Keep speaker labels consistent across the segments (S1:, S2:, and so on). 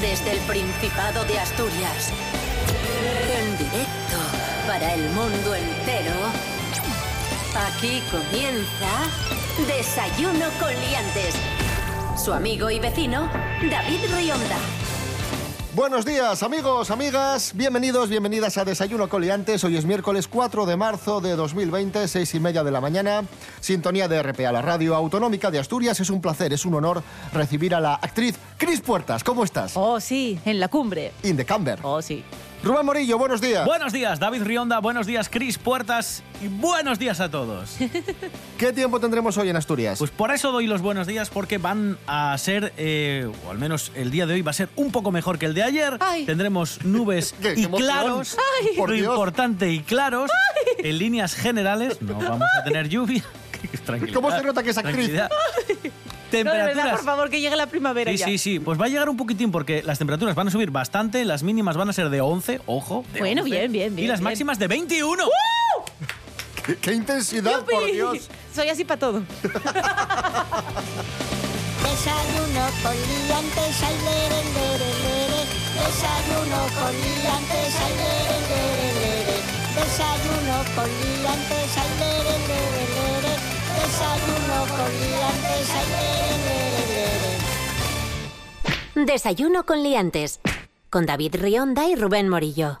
S1: Desde el Principado de Asturias. En directo para el mundo entero. Aquí comienza Desayuno con Liantes. Su amigo y vecino, David Rionda.
S2: Buenos días amigos, amigas, bienvenidos, bienvenidas a Desayuno Coliantes. Hoy es miércoles 4 de marzo de 2020, 6 y media de la mañana. Sintonía de RPA, la radio autonómica de Asturias. Es un placer, es un honor recibir a la actriz Cris Puertas. ¿Cómo estás?
S3: Oh, sí, en la cumbre.
S2: In the camber.
S3: Oh, sí.
S2: Rubén Morillo, buenos días.
S4: Buenos días, David Rionda, buenos días, Cris Puertas y buenos días a todos.
S2: ¿Qué tiempo tendremos hoy en Asturias?
S4: Pues por eso doy los buenos días, porque van a ser, eh, o al menos el día de hoy va a ser un poco mejor que el de ayer.
S3: Ay.
S4: Tendremos nubes
S2: Qué- qué
S4: y
S2: emoción.
S4: claros,
S2: Ay. Por
S4: lo
S2: Dios.
S4: importante y claros. En líneas generales, no vamos a tener lluvia. Tranquilidad,
S2: ¿Cómo se nota que es actriz?
S4: tranquilidad.
S3: No, de
S4: Temperaturas
S3: verdad, por favor, que llegue la primavera
S4: Sí,
S3: ya.
S4: sí, sí. Pues va a llegar un poquitín porque las temperaturas van a subir bastante. Las mínimas van a ser de 11, ojo. de
S3: Bueno,
S4: 11,
S3: bien, bien,
S4: Y
S3: bien,
S4: las
S3: bien.
S4: máximas de 21.
S2: ¡Qué intensidad, por
S3: ¡Yupi!
S2: Dios!
S3: Soy así para todo.
S5: Desayuno con liantes, ay, lere, lere, lere. Desayuno con liantes, ay, lere, lere, lere. Desayuno con liantes, ay, lere, lere, lere. Desayuno con liantes, ay, lere, lere, lere.
S1: Desayuno con Liantes. Con David Rionda y Rubén Morillo.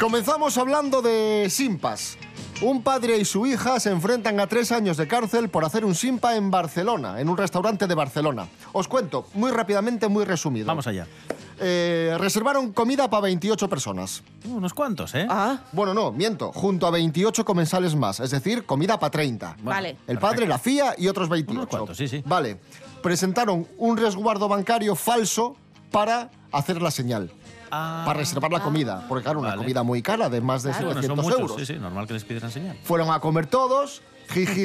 S2: Comenzamos hablando de simpas. Un padre y su hija se enfrentan a tres años de cárcel por hacer un simpa en Barcelona, en un restaurante de Barcelona. Os cuento, muy rápidamente, muy resumido.
S4: Vamos allá.
S2: Eh, reservaron comida para 28 personas.
S4: Unos cuantos, ¿eh?
S3: Ah,
S2: Bueno, no, miento, junto a 28 comensales más, es decir, comida para 30.
S3: Vale.
S2: El padre, la FIA y otros 28.
S4: Unos cuantos, sí, sí.
S2: Vale. Presentaron un resguardo bancario falso para hacer la señal.
S4: Ah.
S2: Para reservar la comida, porque claro, una
S4: Vale.
S2: comida muy cara de más de
S4: Bueno,
S2: 700
S4: son muchos.
S2: euros.
S4: Sí, sí, normal que les pidieran señal.
S2: Fueron a comer todos, jiji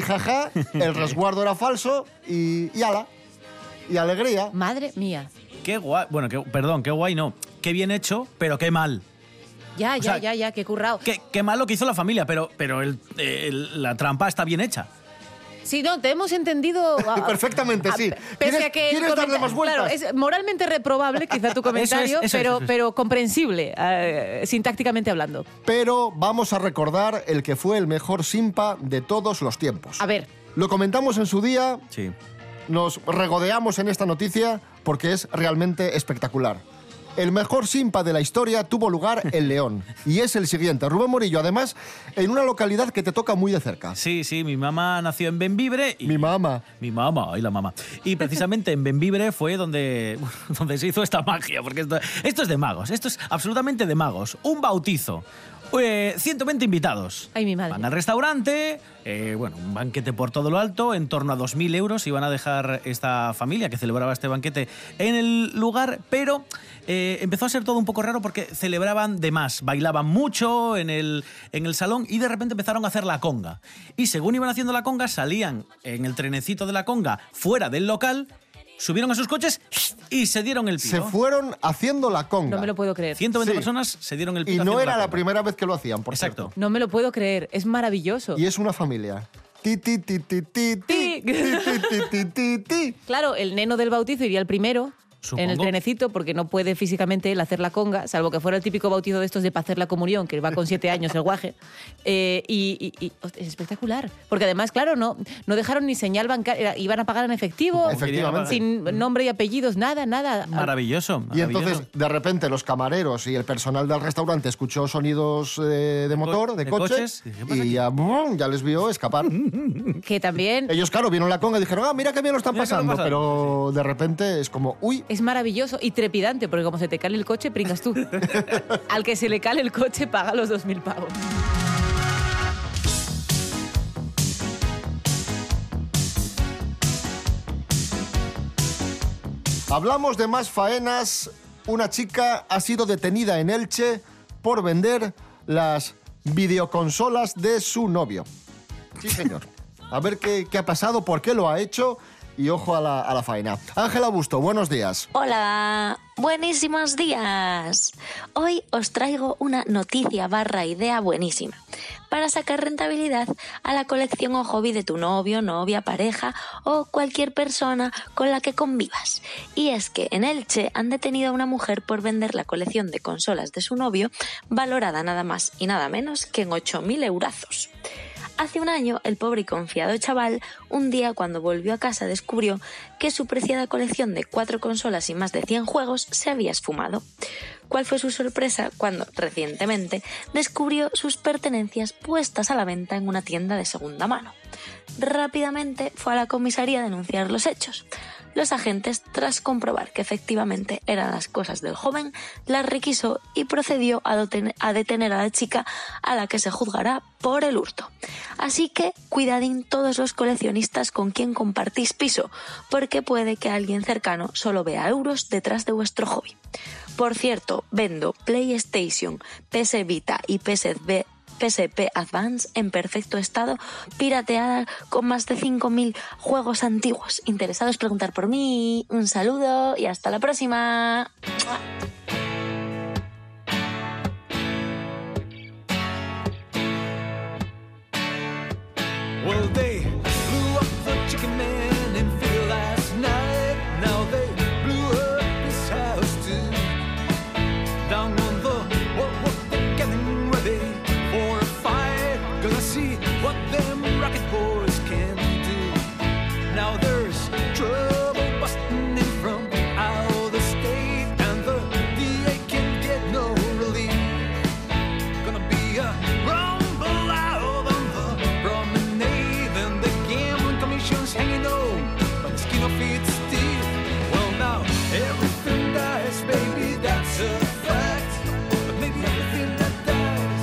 S2: jaja, el resguardo era falso y, y ala. Y alegría.
S3: madre mía.
S4: Qué guay. Bueno, qué- perdón, qué guay no. Qué bien hecho, pero qué mal.
S3: Ya, ya,
S4: sea,
S3: ya, ya, qué currao.
S4: Qué, qué mal lo que hizo la familia, pero, pero el- eh, el- la trampa está bien hecha.
S3: Sí, no, te hemos entendido... ah,
S2: Perfectamente,
S3: ah,
S2: sí.
S3: Pese
S2: ¿Quieres-
S3: a que el
S2: ¿Quieres darle
S3: comenta-
S2: más vueltas?
S3: Claro, es moralmente reprobable quizá tu comentario,
S4: eso es,
S3: pero,
S4: eso es.
S3: pero comprensible, eh, sintácticamente hablando.
S2: Pero vamos a recordar el que fue el mejor simpa de todos los tiempos.
S3: A ver,
S2: Lo comentamos en su día,
S4: Sí.
S2: nos regodeamos en esta noticia porque es realmente espectacular. El mejor simpa de la historia tuvo lugar en León. Y es el siguiente. Rubén Morillo, además, en una localidad que te toca muy de cerca.
S4: Sí, sí, mi mamá nació en Benvibre y
S2: Mi mamá.
S4: Mi mamá, ay la mamá. Y precisamente en Benvibre fue donde, donde se hizo esta magia, porque esto, esto es de magos, esto es absolutamente de magos. Un bautizo. eh, 120 invitados.
S3: Ay, mi madre.
S4: Van al restaurante, eh, bueno, un banquete por todo lo alto, en torno a 2.000 euros iban a dejar esta familia que celebraba este banquete en el lugar, pero eh, empezó a ser todo un poco raro porque celebraban de más, bailaban mucho en el, en el salón y de repente empezaron a hacer la conga. Y según iban haciendo la conga, salían en el trenecito de la conga fuera del local, subieron a sus coches y se dieron el
S2: Se
S4: piro.
S2: fueron haciendo la conga.
S3: no me lo puedo creer.
S4: 120
S2: Sí.
S4: personas se dieron el piro.
S2: Y no
S4: haciendo
S2: era la
S4: conga.
S2: primera vez que lo hacían, por
S4: Exacto.
S2: cierto.
S3: No me lo puedo creer, es maravilloso.
S2: Y es una familia. Ti, ti, ti, ti, ti, ti,
S3: Ti.
S2: ti, ti, ti, ti, ti.
S3: Claro, el neno del bautizo iría el primero. En el
S4: Supongo.
S3: trenecito, porque no puede físicamente él hacer la conga, salvo que fuera el típico bautizo de estos de para hacer la comunión, que va con siete años el guaje. Eh, y, y- y, host- es espectacular. Porque además, claro, no, no dejaron ni señal bancaria, iban a pagar en efectivo,
S2: Efectivamente.
S3: sin nombre y apellidos, nada, nada.
S4: Maravilloso.
S2: Y
S4: maravilloso.
S2: entonces, de repente, los camareros y el personal del restaurante escuchó sonidos eh, de motor, de,
S4: de
S2: coche,
S4: coches. Y dije, ¿qué pasa
S2: y
S4: aquí?
S2: ya, ¡brum! ya les vio escapar.
S3: Que también
S2: Ellos, claro, vieron la conga y dijeron, ah, mira qué bien lo están
S4: Mira qué lo
S2: pasando,
S4: pasan.
S2: pero de repente es como, uy,
S3: es maravilloso y trepidante, porque como se te cale el coche, pringas tú. Al que se le cale el coche, paga los dos mil pavos.
S2: hablamos de más faenas. Una chica ha sido detenida en Elche por vender las videoconsolas de su novio. Sí, señor. A ver qué, qué ha pasado, por qué lo ha hecho y ojo a la, a la faena. Ángela Busto, buenos días.
S6: Hola, buenísimos días. Hoy os traigo una noticia barra idea buenísima para sacar rentabilidad a la colección o hobby de tu novio, novia, pareja o cualquier persona con la que convivas. Y es que en Elche han detenido a una mujer por vender la colección de consolas de su novio valorada nada más y nada menos que en 8.000 eurazos. Hace un año, el pobre y confiado chaval, un día cuando volvió a casa descubrió que su preciada colección de cuatro consolas y más de 100 juegos se había esfumado. ¿Cuál fue su sorpresa cuando, recientemente, descubrió sus pertenencias puestas a la venta en una tienda de segunda mano? Rápidamente fue a la comisaría a denunciar los hechos. Los agentes, tras comprobar que efectivamente eran las cosas del joven, las requisó y procedió a, doten- a detener a la chica a la que se juzgará por el hurto. Así que cuidadín todos los coleccionistas con quien compartís piso, porque puede que alguien cercano solo vea euros detrás de vuestro hobby. Por cierto, vendo PlayStation, PS Vita y PSB PSP Advance en perfecto estado, pirateada con más de 5.000 juegos antiguos. Interesados preguntar por mí. Un saludo y hasta la próxima.
S7: Well, they blew up the chicken man in Philly last night. Now they blew up his house too. Down on the what what they're getting ready for a fight. Gonna see what them rocket boys can do. Now there's trouble busting in from out of state, and the DA can get no relief gonna be a rumble out on the promenade and the gambling commission's hanging on by the skin of its teeth. Well, now everything dies, baby, that's a fact. But maybe everything that dies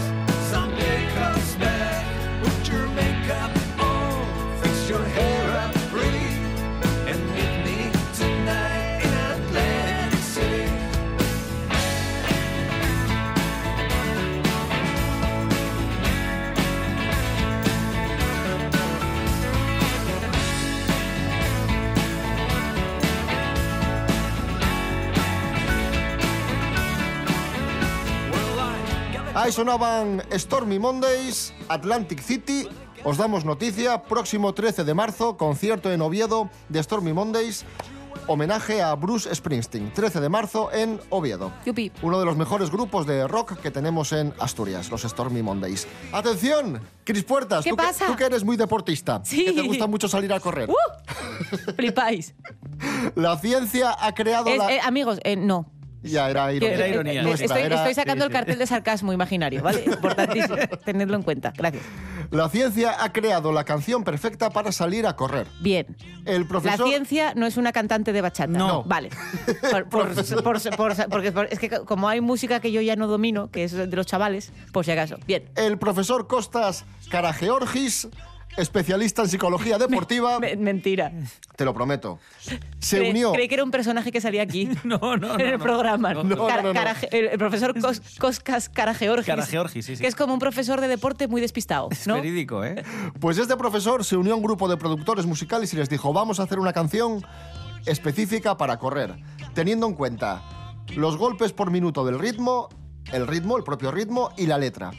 S7: someday comes back. Put your makeup on, fix your hair up, pretty, and meet me tonight in Atlantic City. Well, I got a
S2: Ahí sonaban Stormy Mondays, Atlantic City. Os damos noticia, próximo 13 de marzo, concierto en Oviedo de Stormy Mondays, homenaje a Bruce Springsteen, 13 de marzo en Oviedo.
S3: Yupi.
S2: Uno de los mejores grupos de rock que tenemos en Asturias, los Stormy Mondays. ¡Atención! Cris Puertas,
S3: ¿Qué
S2: tú, que-
S3: pasa?
S2: tú que eres muy deportista,
S3: Sí.
S2: que te gusta mucho salir a correr.
S3: ¡Uh! Flipáis.
S2: La ciencia ha creado
S3: Es-
S2: la...
S3: eh, amigos, eh, no.
S2: Ya, era ironía.
S4: Era ironía.
S3: Eh, eh,
S2: Nuestra,
S3: Estoy,
S2: era-
S3: estoy sacando
S4: sí,
S3: el
S4: sí.
S3: cartel de sarcasmo imaginario, ¿vale? Importantísimo. Tenedlo en cuenta. Gracias.
S2: La ciencia ha creado la canción perfecta para salir a correr.
S3: Bien.
S2: El profesor...
S3: La ciencia no es una cantante de bachata.
S4: No.
S3: Vale. Por- por- por- por- porque por- es que como hay música que yo ya no domino, que es de los chavales, por si acaso. Bien.
S2: el profesor Costas Carageorgis, especialista en psicología deportiva,
S3: Me- mentira.
S2: te lo prometo, se
S3: Cre-
S2: unió.
S3: Creí que era un personaje que salía aquí.
S4: No, no, no,
S3: En el
S4: no.
S3: programa.
S4: No,
S2: no,
S3: Cara-
S2: no, no.
S3: Caraje- el, el profesor Cos- Coscas Carageorgis.
S4: Carageorgis, sí, sí.
S3: Que es como un profesor de deporte muy despistado,
S4: Es
S3: ¿no?
S4: verídico, ¿eh?
S2: Pues este profesor se unió a un grupo de productores musicales y les dijo, vamos a hacer una canción específica para correr, teniendo en cuenta los golpes por minuto del ritmo, el ritmo, el propio ritmo y la letra.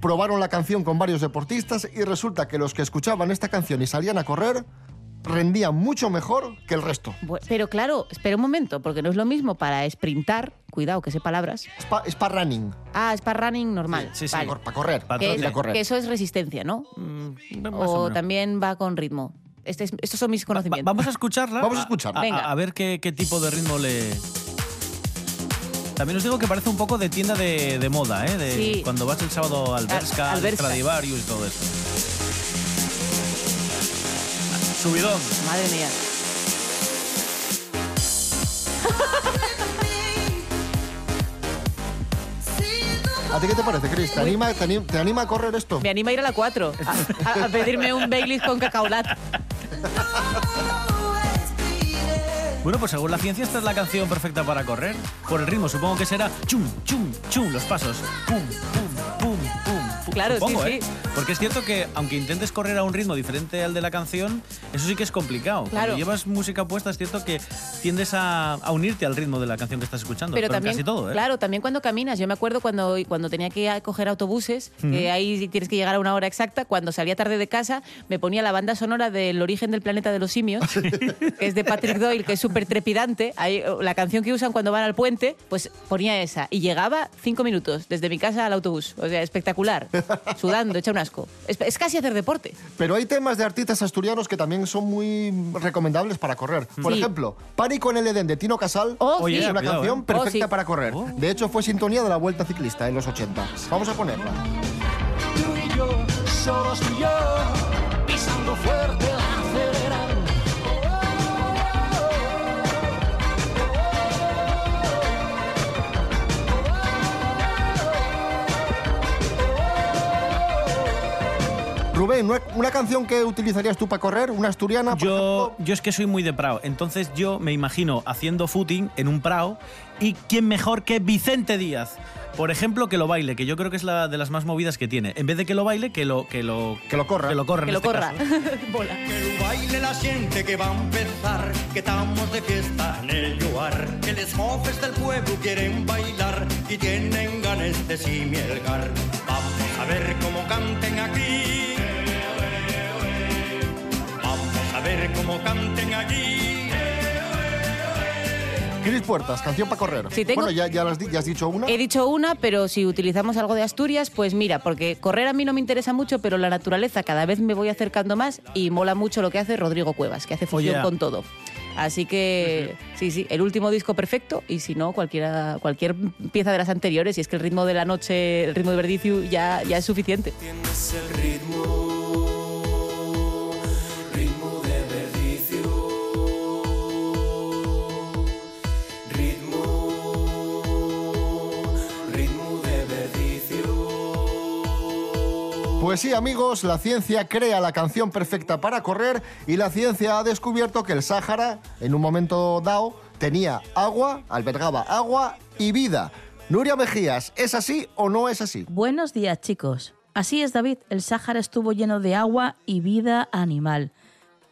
S2: Probaron la canción con varios deportistas y resulta que los que escuchaban esta canción y salían a correr rendían mucho mejor que el resto.
S3: Bu- Pero claro, espera un momento, porque no es lo mismo para sprintar, cuidado que sé palabras.
S2: Es para running,
S3: Ah, es para running normal.
S4: Sí, sí,
S3: vale.
S4: por-
S2: para correr.
S4: Pa'
S3: que,
S4: trote.
S2: ir a correr.
S3: que eso es resistencia, ¿no?
S4: Más
S3: o
S4: menos.
S3: también va con ritmo. Este es- estos son mis
S4: Va-
S3: conocimientos.
S4: vamos a escucharla.
S2: Vamos a escucharla.
S4: A,
S3: Venga.
S4: a ver qué, qué tipo de ritmo le. También os digo que parece un poco de tienda de, de moda, ¿eh? De
S3: Sí.
S4: Cuando vas el sábado al Bershka,
S3: al
S4: al
S3: Bershka.
S4: Stradivarius y todo eso. Subidón.
S3: Madre mía.
S2: ¿A ti qué te parece, Chris? ¿Te anima, te ani- te anima a correr esto?
S3: Me anima a ir a la 4 a, a- a pedirme un Baileys con cacaolat.
S4: Bueno, pues según la ciencia, esta es la canción perfecta para correr. Por el ritmo, supongo que será chum, chum, chum, los pasos. Pum, pum, pum, pum, pum.
S3: Claro, sí,
S4: supongo,
S3: sí.
S4: ¿eh? Porque es cierto que aunque intentes correr a un ritmo diferente al de la canción, eso sí que es complicado.
S3: Claro.
S4: Cuando llevas música puesta, es cierto que tiendes a, a unirte al ritmo de la canción que estás escuchando. Pero, en casi todo, ¿eh?
S3: Claro, también cuando caminas. Yo me acuerdo cuando, cuando tenía que a- coger autobuses, que ahí tienes que llegar a una hora exacta. Cuando salía tarde de casa, me ponía la banda sonora del origen del planeta de los simios, que es de Patrick Doyle, que es súper trepidante. Ahí, la canción que usan cuando van al puente, pues ponía esa. Y llegaba cinco minutos desde mi casa al autobús. O sea, espectacular. Sudando, hecha un asco. Es, es casi hacer deporte.
S2: Pero hay temas de artistas asturianos que también son muy recomendables para correr. Por
S3: Mm. Sí.
S2: ejemplo, Pánico en el Edén de Tino Casal
S3: Oh,
S4: Oye,
S3: sí.
S2: es una
S4: cuidado,
S2: canción
S4: ¿eh?
S2: perfecta
S3: Oh, sí.
S2: para correr. De hecho, fue sintonía de la Vuelta Ciclista en los 80. Vamos a ponerla.
S7: Tú y yo, solos tú y yo, pisando fuerte acelerando.
S2: Rubén, ¿una, una canción que utilizarías tú para correr? ¿Una asturiana? por
S4: Yo,
S2: ejemplo?
S4: yo es que soy muy de prao, entonces yo me imagino haciendo footing en un prao y quién mejor que Vicente Díaz. Por ejemplo, que lo baile, que yo creo que es la de las más movidas que tiene. En vez de que lo baile, que lo que lo
S2: Que lo corra.
S4: Que lo corra. en
S3: Que lo
S4: este
S3: corra.
S4: caso.
S3: Bola.
S8: Que lo baile la gente que va a empezar, que estamos de fiesta en el lugar. Que los jofes del pueblo quieren bailar y tienen ganas de simielgar. Vamos a ver cómo canten aquí. Vamos a ver cómo canten allí.
S2: Cris Puertas, canción para correr.
S3: Si tengo-
S2: Bueno, ya, ya, las di- ya has dicho una.
S3: He dicho una, pero si utilizamos algo de Asturias, pues mira, porque correr a mí no me interesa mucho, pero la naturaleza cada vez me voy acercando más y mola mucho lo que hace Rodrigo Cuevas,
S2: Oh,
S3: que hace fusión
S4: Oye.
S3: con todo. Así que, sí, sí, el último disco perfecto y si no, cualquiera, cualquier pieza de las anteriores, y es que el ritmo de la noche, el ritmo de Verdiciu ya, ya es suficiente.
S9: Tienes el ritmo, ritmo de verdicio, ritmo, ritmo de verdicio.
S2: Pues sí, amigos, la ciencia crea la canción perfecta para correr y la ciencia ha descubierto que el Sáhara, en un momento dado, tenía agua, albergaba agua y vida. Nuria Mejías, ¿es así o no es así?
S10: Buenos días, chicos. Así es, David. El Sáhara estuvo lleno de agua y vida animal.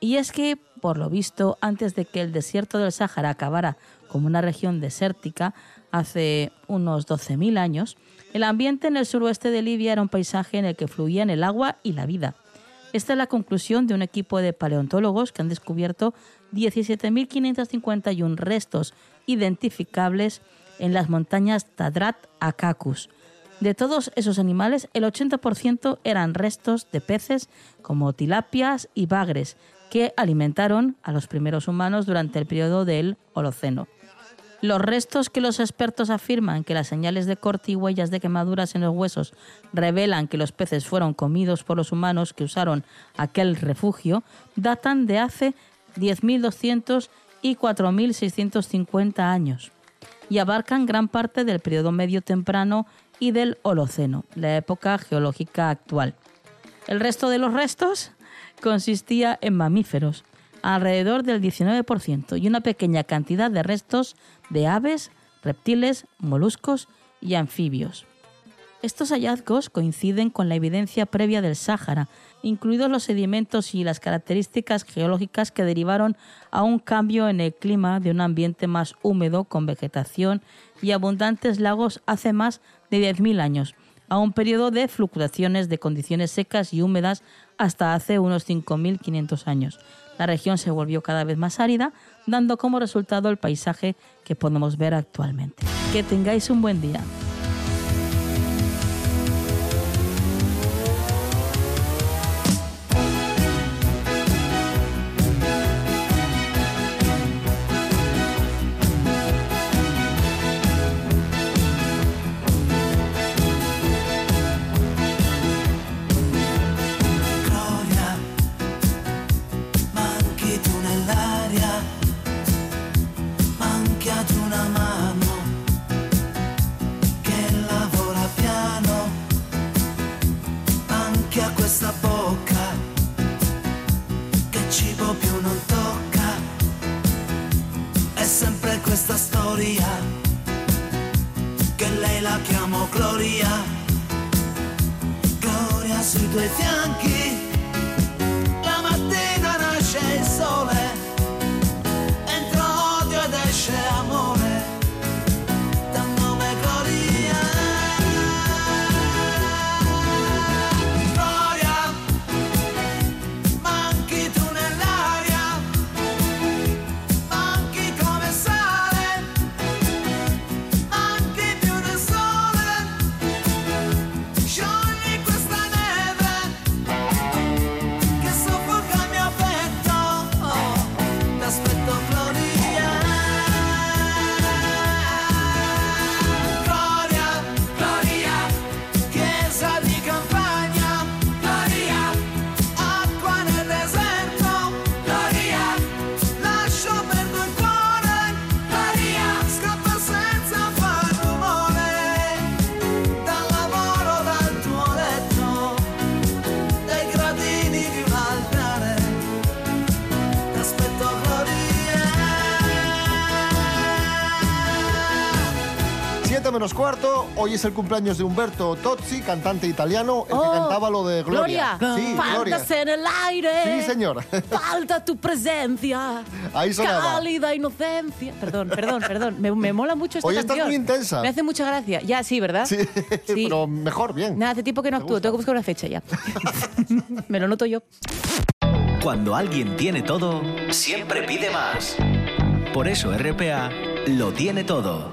S10: Y es que, por lo visto, antes de que el desierto del Sáhara acabara como una región desértica, hace unos 12.000 años, el ambiente en el suroeste de Libia era un paisaje en el que fluían el agua y la vida. Esta es la conclusión de un equipo de paleontólogos que han descubierto 17.551 restos identificables en las montañas Tadrat Akakus. De todos esos animales, el 80% eran restos de peces como tilapias y bagres, que alimentaron a los primeros humanos durante el periodo del Holoceno. Los restos que los expertos afirman que las señales de corte y huellas de quemaduras en los huesos revelan que los peces fueron comidos por los humanos que usaron aquel refugio datan de hace 10.200 y 4.650 años y abarcan gran parte del periodo medio temprano y del Holoceno, la época geológica actual. El resto de los restos consistía en mamíferos, alrededor del 19%, y una pequeña cantidad de restos de aves, reptiles, moluscos y anfibios. Estos hallazgos coinciden con la evidencia previa del Sáhara, incluidos los sedimentos y las características geológicas que derivaron a un cambio en el clima de un ambiente más húmedo con vegetación y abundantes lagos hace más de 10.000 años, a un periodo de fluctuaciones de condiciones secas y húmedas hasta hace unos 5.500 años. La región se volvió cada vez más árida, dando como resultado el paisaje que podemos ver actualmente. Que tengáis un buen día.
S9: Gloria, manchi tu nell'aria, mancato una mano che lavora piano, manca questa bocca che cibo più non tocca, è sempre questa storia che lei la chiamo Gloria. Gloria
S7: sui tuoi fianchi. La mattina nasce il sole, entra odio ed esce amore, da un nome Gloria. Gloria, manchi tu nell'aria, manchi come sale, manchi più del sole. Sciogli questa neve che soffoca il mio petto, t'aspetto Gloria, Gloria, Gloria, chiesa di campagna, Gloria, acqua nel deserto, Gloria, lascio perdo il cuore, Gloria, scappa senza far rumore dal lavoro, dal tuo letto, dai gradini di un altare, t'aspetto gloria.
S2: 7 menos cuarto, hoy es el cumpleaños de Humberto Tozzi, cantante italiano, el
S3: Oh,
S2: que cantaba lo de Gloria. Sí, Gloria.
S3: Faltas en el aire.
S2: Sí, señora.
S3: Falta tu presencia.
S2: Ahí sonaba.
S3: Cálida inocencia. Perdón, perdón, perdón. Me, me mola mucho esta
S2: Hoy estás
S3: canción.
S2: muy intensa.
S3: Me hace mucha gracia. Ya, sí, ¿verdad?
S2: Sí, pero mejor, bien.
S3: Nada, hace tiempo que no actúo. Tengo que buscar una fecha ya. me lo noto yo.
S4: Cuando alguien tiene todo, siempre pide más. Por eso RPA lo tiene todo.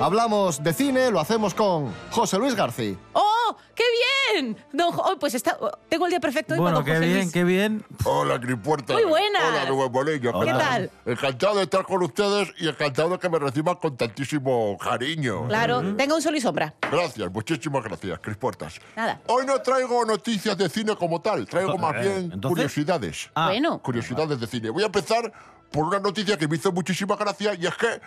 S2: Hablamos de cine, lo hacemos con José Luis García.
S3: ¡Oh! ¡Qué bien! Don Jo- oh, pues está, tengo el día perfecto hoy para
S4: Bueno,
S3: don
S4: qué
S3: José
S4: bien,
S3: Luis.
S4: qué bien.
S11: Hola, Gripuerta.
S3: Muy buenas.
S11: Hola, Nueva Boleña.
S4: Hola.
S3: ¿Qué tal?
S11: Encantado de estar con ustedes y encantado de que me reciban con tantísimo cariño.
S3: Claro, tenga un sol y sombra.
S11: Gracias, muchísimas gracias, Cris Puertas.
S3: Nada.
S11: Hoy no traigo noticias de cine como tal, traigo
S4: Eh,
S11: más bien
S4: ¿entonces?
S11: curiosidades.
S4: Ah.
S3: Bueno.
S11: Curiosidades de cine. Voy a empezar por una noticia que me hizo muchísima gracia y es que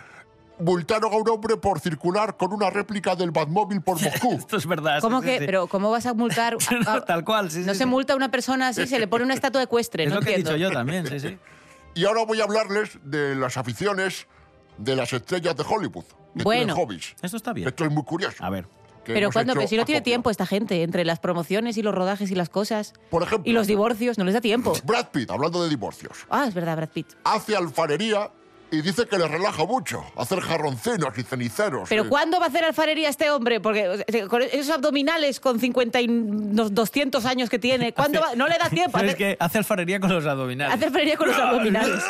S11: multaron a un hombre por circular con una réplica del Batmóvil por Moscú.
S4: Esto es verdad.
S3: ¿Cómo
S4: Ah, sí,
S3: que?
S4: sí, sí.
S3: Pero ¿cómo vas a multar?
S4: No, tal cual, sí,
S3: No
S4: sí,
S3: se
S4: sí.
S3: multa a una persona así, se le pone una estatua ecuestre.
S4: Es
S3: no
S4: lo que he
S3: entiendo.
S4: dicho yo también, sí, sí.
S11: Y ahora voy a hablarles de las aficiones de las estrellas de Hollywood. Que
S3: Bueno.
S11: tienen hobbies.
S4: Esto está bien.
S11: Esto es muy curioso.
S4: A ver.
S11: que
S3: Pero
S11: hemos
S3: cuando,
S11: hecho
S3: pero si no
S11: a
S3: tiene
S11: Tokio.
S3: tiempo esta gente, entre las promociones y los rodajes y las cosas,
S4: Pues
S11: Por ejemplo,
S3: y los divorcios, no les da tiempo.
S11: Brad Pitt, hablando de divorcios,
S3: Ah, es verdad, Brad Pitt.
S11: hace alfarería y dice que le relaja mucho hacer jarroncinos y ceniceros.
S3: Pero
S11: Eh,
S3: ¿cuándo va a hacer alfarería este hombre? Porque o sea, con esos abdominales con 50 y unos 200 años que tiene, ¿cuándo va? No le da tiempo.
S4: Pero
S3: Hace,
S4: es que hace alfarería con los abdominales.
S3: hace alfarería con los abdominales.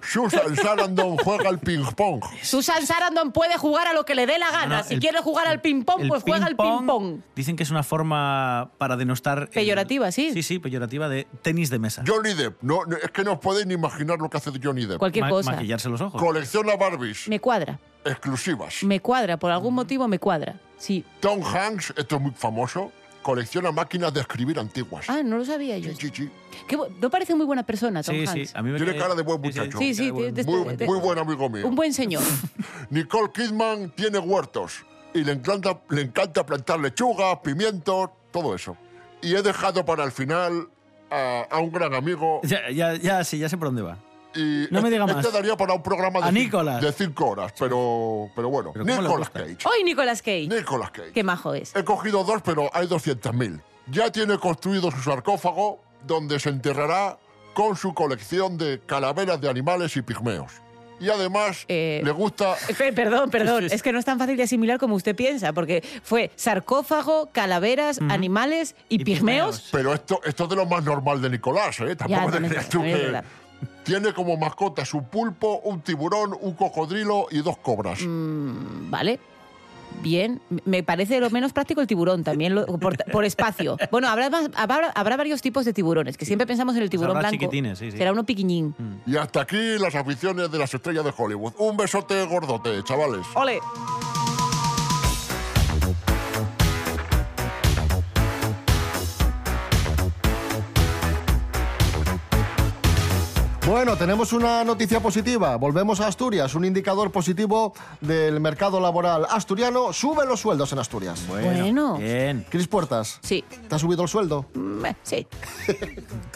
S11: Susan Sarandon juega al ping-pong.
S3: Susan Sarandon puede jugar a lo que le dé la gana.
S4: No,
S3: si
S4: el-
S3: quiere jugar al ping-pong,
S4: El
S3: pues juega al
S4: ping-pong,
S3: ping-pong.
S4: Dicen que es una forma para denostar. el-
S3: Peyorativa, sí.
S4: Sí, sí, peyorativa de tenis de mesa.
S11: Johnny Depp, no, no, es que no os podéis ni imaginar lo que hace Johnny Depp.
S3: Cualquier
S4: Ma-
S3: cosa.
S4: Maquillarse los ojos.
S11: Colecciona Barbies
S3: Me cuadra,
S11: exclusivas.
S3: me cuadra, por
S4: Mm.
S3: algún motivo me cuadra. Sí.
S11: Tom Hanks, esto es muy famoso, colecciona máquinas de escribir antiguas.
S3: Ah, no lo sabía yo.
S11: Sí, sí, sí.
S3: Qué bu- no parece muy buena persona, Tom
S4: sí,
S3: Hanks.
S4: sí. A mí me
S11: Tiene
S4: cae-
S11: cara de buen muchacho.
S3: Sí, sí,
S4: cara de buen-
S3: de- de-
S11: Muy, muy buen amigo mío.
S3: Un buen señor.
S11: Nicole Kidman tiene huertos y le encanta, le encanta plantar lechugas, pimientos, todo eso. Y he dejado para el final a, a un gran amigo
S4: Ya, ya, ya, sí, ya sé por dónde va.
S11: y
S4: No me diga
S11: este
S4: más.
S11: daría para un programa de,
S4: A
S11: cin-
S4: Nicolas.
S11: de cinco horas, pero, pero bueno.
S4: Pero ¿cómo le
S11: Nicolas
S4: gusta?
S11: Cage.
S3: Hoy Nicolas Cage.
S11: Nicolas Cage.
S3: Qué majo es.
S11: He cogido dos, pero hay 200.000. Ya tiene construido su sarcófago donde se enterrará con su colección de calaveras de animales y pigmeos. Y además
S3: Eh,
S11: le gusta
S3: Fe, Perdón, perdón. Es que no es tan fácil de asimilar como usted piensa, porque fue sarcófago, calaveras, animales y,
S4: Y
S3: pigmeos.
S4: pigmeos.
S11: Pero esto, esto es de lo más normal de Nicolás, ¿eh? Tampoco
S3: también
S11: te creas
S3: es verdad,
S11: tú
S3: también es
S11: que
S3: verdad.
S12: Tiene como mascotas un pulpo, un tiburón, un cocodrilo y dos cobras.
S3: Mm, vale. Bien, me parece lo menos práctico el tiburón también, lo- por, por espacio. Bueno, habrá, más- habrá, habrá varios tipos de tiburones, que siempre pensamos
S4: Pues
S3: en el tiburón
S12: habrá
S3: blanco.
S12: chiquitines, sí, sí.
S3: Será uno piquiñín.
S12: Y hasta aquí las aficiones de las estrellas de Hollywood. Un besote gordote, chavales.
S3: ¡Ole!
S2: Bueno, tenemos una noticia positiva. Volvemos a Asturias, un indicador positivo del mercado laboral asturiano. Sube los sueldos en Asturias.
S3: Bueno.
S4: Bien.
S2: Cris Puertas.
S3: Sí. Mm, eh,
S2: ¿Te ha subido el sueldo?
S3: sí.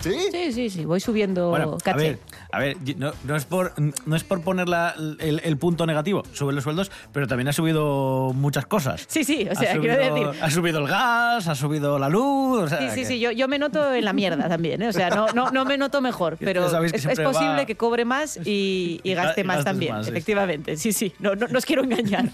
S2: ¿Sí?
S3: Sí, sí, sí, voy subiendo
S4: Bueno, a
S3: caché.
S4: ver, a ver y- no, no es por, no es por poner la- el, el punto negativo, suben los sueldos, pero también ha subido muchas cosas.
S3: Sí, sí, o
S4: Ha
S3: sea, quiero
S4: subido-
S3: decir-
S4: Ha subido el gas, ha subido la luz. o sea,
S3: Sí, sí,
S4: que-
S3: sí, yo, yo me noto en la mierda también, ¿eh? o sea, no, no, no me noto mejor, pero
S4: Ya sabéis que
S3: es, es
S4: siempre
S3: posible
S4: va-
S3: que cobre más y, y gaste
S4: Y
S3: más
S4: gastes
S3: también,
S4: más, sí.
S3: efectivamente, sí, sí, no, no, no os quiero engañar.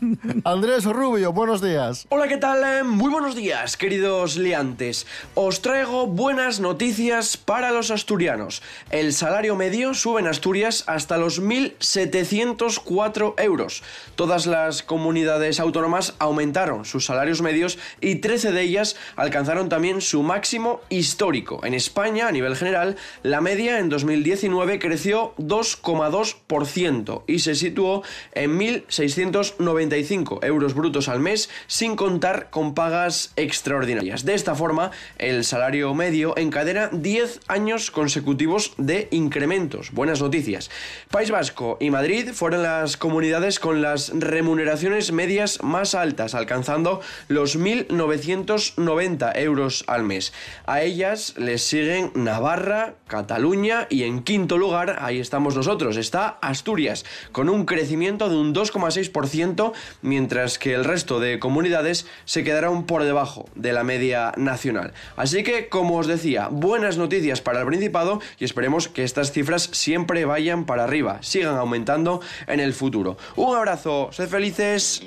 S2: Andrés Rubio, buenos días.
S13: Hola, ¿qué tal? Eh, Muy buenos días, queridos liantes. Os traigo buenas noticias para los asturianos. El salario medio sube en Asturias hasta los 1.704 euros. Todas las comunidades autónomas aumentaron sus salarios medios y 13 de ellas alcanzaron también su máximo histórico. En España, a nivel general, la media en 2019 creció 2,2% y se situó en 1.695 euros brutos al mes sin contar con pagas extraordinarias. De esta forma, el salario medio encadena 10 años consecutivos de incrementos. Buenas noticias. País Vasco y Madrid fueron las comunidades con las remuneraciones medias más altas, alcanzando los 1.990 euros al mes. A ellas les siguen Navarra, Cataluña y en quinto lugar, ahí estamos nosotros, está Asturias, con un crecimiento de un 2,6%, mientras que el resto de comunidades se quedaron por debajo de la media nacional. Así que, como os decía, buenas noticias para el Principado y esperemos que estas cifras siempre vayan para arriba, sigan aumentando en el futuro. Un abrazo, sed felices.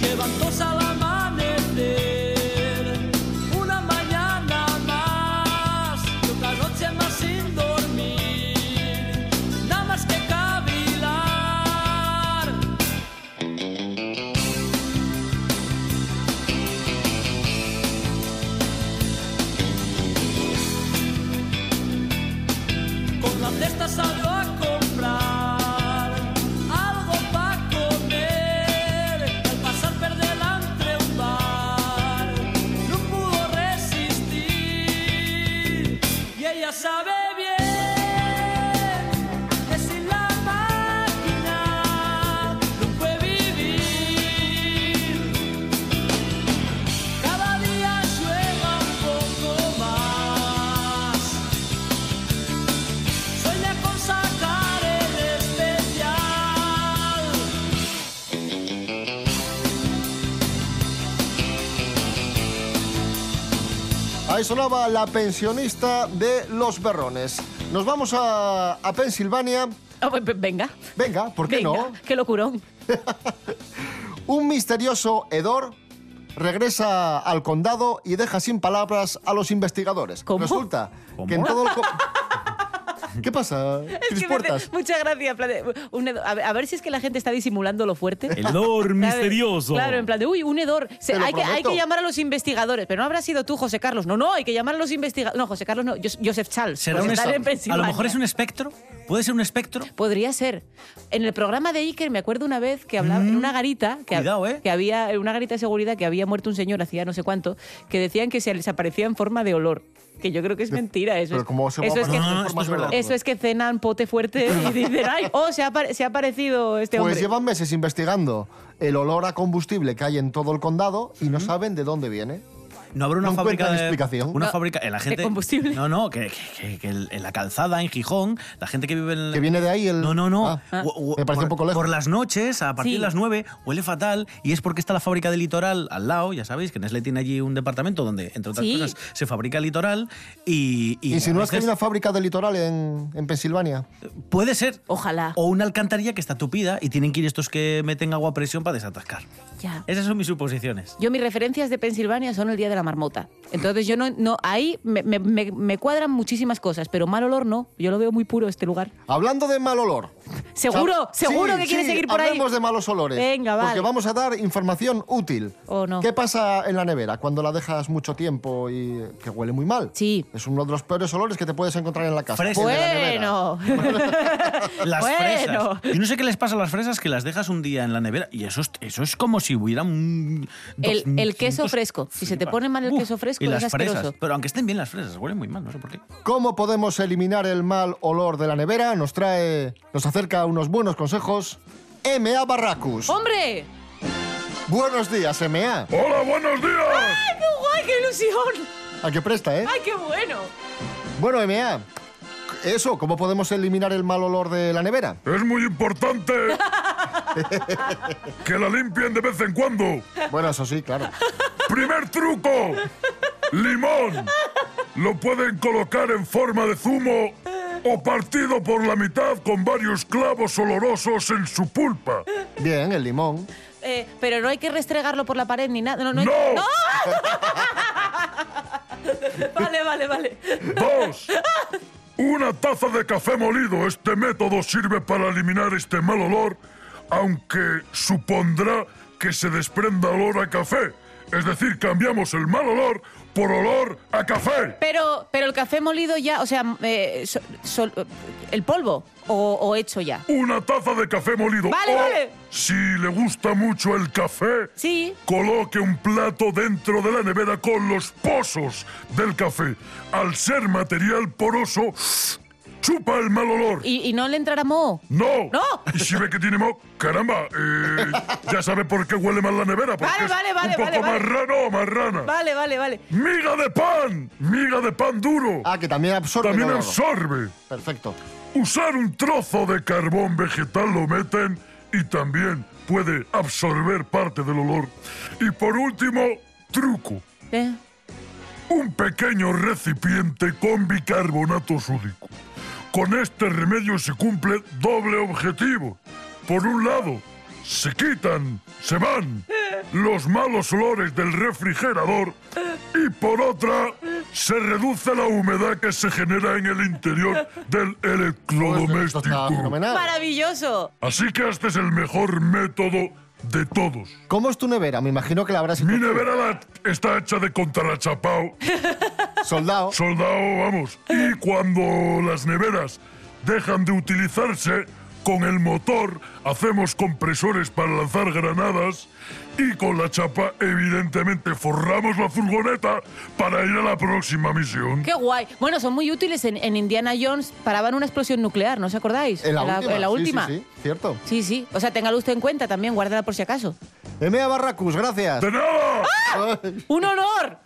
S9: Levantos al amanecer, una mañana más, y otra noche más sin dormir, nada más que cavilar. Con la cesta salgo a comprar algo para comer. Al pasar por delante un bar, no pudo resistir. Y ella sabe bien que sin la máquina no puede vivir. Cada día llueva un poco más. Sueña con sacar el especial.
S2: Ahí sonaba la pensionista de Los Berrones. Nos vamos a, a Pensilvania.
S3: Ah, pues, venga.
S2: Venga, ¿por qué no?
S3: Venga, Qué locurón.
S2: Un misterioso hedor regresa al condado y deja sin palabras a los investigadores. Resulta que en todo el... co- ¿Qué pasa,
S3: Es
S2: Cris
S3: que me hace-
S2: Puertas?
S3: muchas gracias. en plan de, un hedor- a, ver, a ver si es que la gente está disimulando lo fuerte.
S2: El hedor
S3: ¿Sabes?
S2: misterioso.
S3: Claro, en plan de, uy, un hedor. Se-
S2: Te lo
S3: hay, que, hay
S2: prometo.
S3: que llamar a los investigadores, pero no habrá sido tú, José Carlos. No, no, hay que llamar a los investigadores. No, José Carlos no, Jos- Joseph Charles.
S4: Será un
S3: por pues
S4: espectro.
S3: estar en
S4: A lo
S3: Pensilvania.
S4: mejor es un espectro. ¿Puede ser un espectro?
S3: Podría ser. En el programa de Iker me acuerdo una vez que hablaba
S2: Mm.
S3: en una garita que,
S4: Cuidado, ¿eh?
S3: que había en una garita de seguridad que había muerto un señor hacía no sé cuánto que decían que se les aparecía en forma de olor. Que yo creo que es mentira eso.
S2: pero
S3: es,
S2: ¿cómo se va
S3: eso
S2: a
S3: es que,
S2: aparecer en No, forma Ah, esto es de olor? verdad.
S3: eso es que cenan pote fuerte y dicen, ay, oh, se ha, apare- se ha aparecido este
S2: Pues
S3: hombre.
S2: llevan meses investigando el olor a combustible que hay en todo el condado y no saben de dónde viene.
S4: no habrá una
S2: No
S4: fábrica
S2: encuentran
S4: de
S2: explicación.
S4: Una
S2: No,
S4: fábrica, eh, la
S2: de
S4: gente
S2: combustible.
S4: No, no, que, que- que- que el- en la calzada en Gijón, la gente que vive en
S2: Que viene de ahí el...
S4: No, no, no.
S2: Ah.
S4: Hu- hu-
S2: me parece
S4: por,
S2: un poco lejos.
S4: Por las noches, a partir
S2: Sí.
S4: de las 9, huele fatal y es porque está la fábrica de litoral al lado, ya sabéis, que Nestlé tiene allí un departamento donde, entre otras
S2: Sí.
S4: cosas, se fabrica litoral y... y
S2: ¿Insinúas
S4: a
S2: que hay
S4: veces-
S2: una fábrica de litoral en, en Pensilvania?
S4: Puede ser. Ojalá. O una alcantarilla que está tupida y tienen que ir estos que meten agua a presión para desatascar.
S3: Ya.
S4: Esas son mis suposiciones.
S3: Yo mis referencias de Pensilvania son el Día de la Marmota. Entonces yo no, no ahí me, me- me- me cuadran muchísimas cosas, pero mal olor no. Yo lo veo muy puro este lugar.
S2: Hablando de mal olor.
S3: Seguro,
S2: Sí,
S3: seguro que quieres
S2: sí,
S3: seguir por ahí.
S2: Hablemos de malos olores.
S3: Venga,
S2: Porque
S3: vale.
S2: vamos a dar información útil.
S3: O no.
S2: ¿Qué pasa en la nevera cuando la dejas mucho tiempo y eh, que huele muy mal?
S3: Sí.
S2: Es uno de los peores olores que te puedes encontrar en la casa.
S4: Fresas.
S2: El de la nevera.
S3: Bueno.
S4: Las
S3: Bueno.
S4: fresas. Yo no sé qué les pasa a las fresas que las dejas un día en la nevera y eso es, eso es como si hubiera un...
S3: El, el
S4: 200
S3: queso fresco. Si se te
S4: flipas.
S3: pone mal el
S4: Uf,
S3: queso fresco,
S4: y las
S3: es asqueroso.
S4: fresas. Pero aunque estén bien las fresas, huelen muy mal, no sé por qué.
S2: ¿Cómo podemos eliminar el mal olor de la nevera? Nos trae, nos acerca unos buenos consejos. M.A. Barracus.
S3: Oh. ¡Hombre!
S2: Buenos días, M.A.
S12: Hola, buenos días.
S3: ¡Ay, qué guay, qué ilusión!
S2: ¿A qué presta, eh?
S3: ¡Ay, qué bueno!
S2: Bueno, M.A. Eso, ¿cómo podemos eliminar el mal olor de la nevera?
S12: Es muy importante que la limpien de vez en cuando.
S2: Bueno, eso sí, claro.
S12: Primer truco. Limón. Lo pueden colocar en forma de zumo o partido por la mitad con varios clavos olorosos en su pulpa.
S2: Bien, el limón.
S3: Eh, pero no hay que restregarlo por la pared ni nada. No, no. hay-
S12: ¡No!
S3: ¡No! vale, vale, vale.
S12: Dos. Una taza de café molido. Este método sirve para eliminar este mal olor, aunque supondrá que se desprenda olor a café. Es decir, cambiamos el mal olor por olor a café.
S3: Pero, pero el café molido ya, o sea, eh, so- sol- el polvo o, o hecho ya.
S12: Una taza de café molido.
S3: Vale,
S12: o,
S3: vale.
S12: Si le gusta mucho el café,
S3: Sí.
S12: coloque un plato dentro de la nevera con los pozos del café. Al ser material poroso, chupa el mal olor.
S3: Y, y no le entrará moho.
S12: ¡No!
S3: ¡No!
S12: Y si ve que tiene mo... ¡Caramba! eh, ya sabe por qué huele mal la nevera. Porque
S3: Vale,
S12: es
S3: vale, vale,
S12: un poco
S3: vale, vale.
S12: marrano o marrana.
S3: Vale, vale, vale.
S12: ¡Miga de pan! ¡Miga de pan duro!
S2: Ah, que también absorbe. el
S12: También
S2: olor.
S12: absorbe.
S2: Perfecto.
S12: Usar un trozo de carbón vegetal lo meten y también puede absorber parte del olor. Y por último, truco.
S3: Eh,
S12: Un pequeño recipiente con bicarbonato sódico. Con este remedio se cumple doble objetivo. Por un lado, se quitan, se van los malos olores del refrigerador y por otra, se reduce la humedad que se genera en el interior del electrodoméstico.
S3: Maravilloso.
S12: Así que este es el mejor método de todos.
S2: ¿Cómo es tu nevera? Me imagino que la habrás
S12: Mi nevera la- está hecha de contrachapao.
S2: Soldado.
S12: Soldado, vamos. Y cuando las neveras dejan de utilizarse, con el motor hacemos compresores para lanzar granadas y con la chapa, evidentemente, forramos la furgoneta para ir a la próxima misión.
S3: Qué guay. Bueno, son muy útiles. En, en Indiana Jones paraban una explosión nuclear, ¿no os acordáis?
S2: En la, última.
S3: en la
S2: sí,
S3: última.
S2: Sí, sí, cierto.
S3: Sí, sí. O sea, téngalo usted en cuenta también, guárdala por si acaso.
S2: M.A. Barracus, gracias.
S12: ¡De nada!
S3: ¡Ah! ¡Un honor!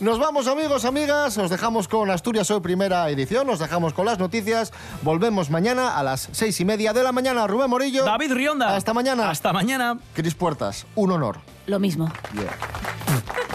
S2: Nos vamos, amigos, amigas. Os dejamos con Asturias Hoy Primera Edición. Nos dejamos con las noticias. Volvemos mañana a las seis y media de la mañana. Rubén Morillo.
S4: David Rionda.
S2: Hasta mañana.
S4: Hasta mañana.
S2: Cris Puertas, un honor.
S3: Lo mismo.
S2: Yeah.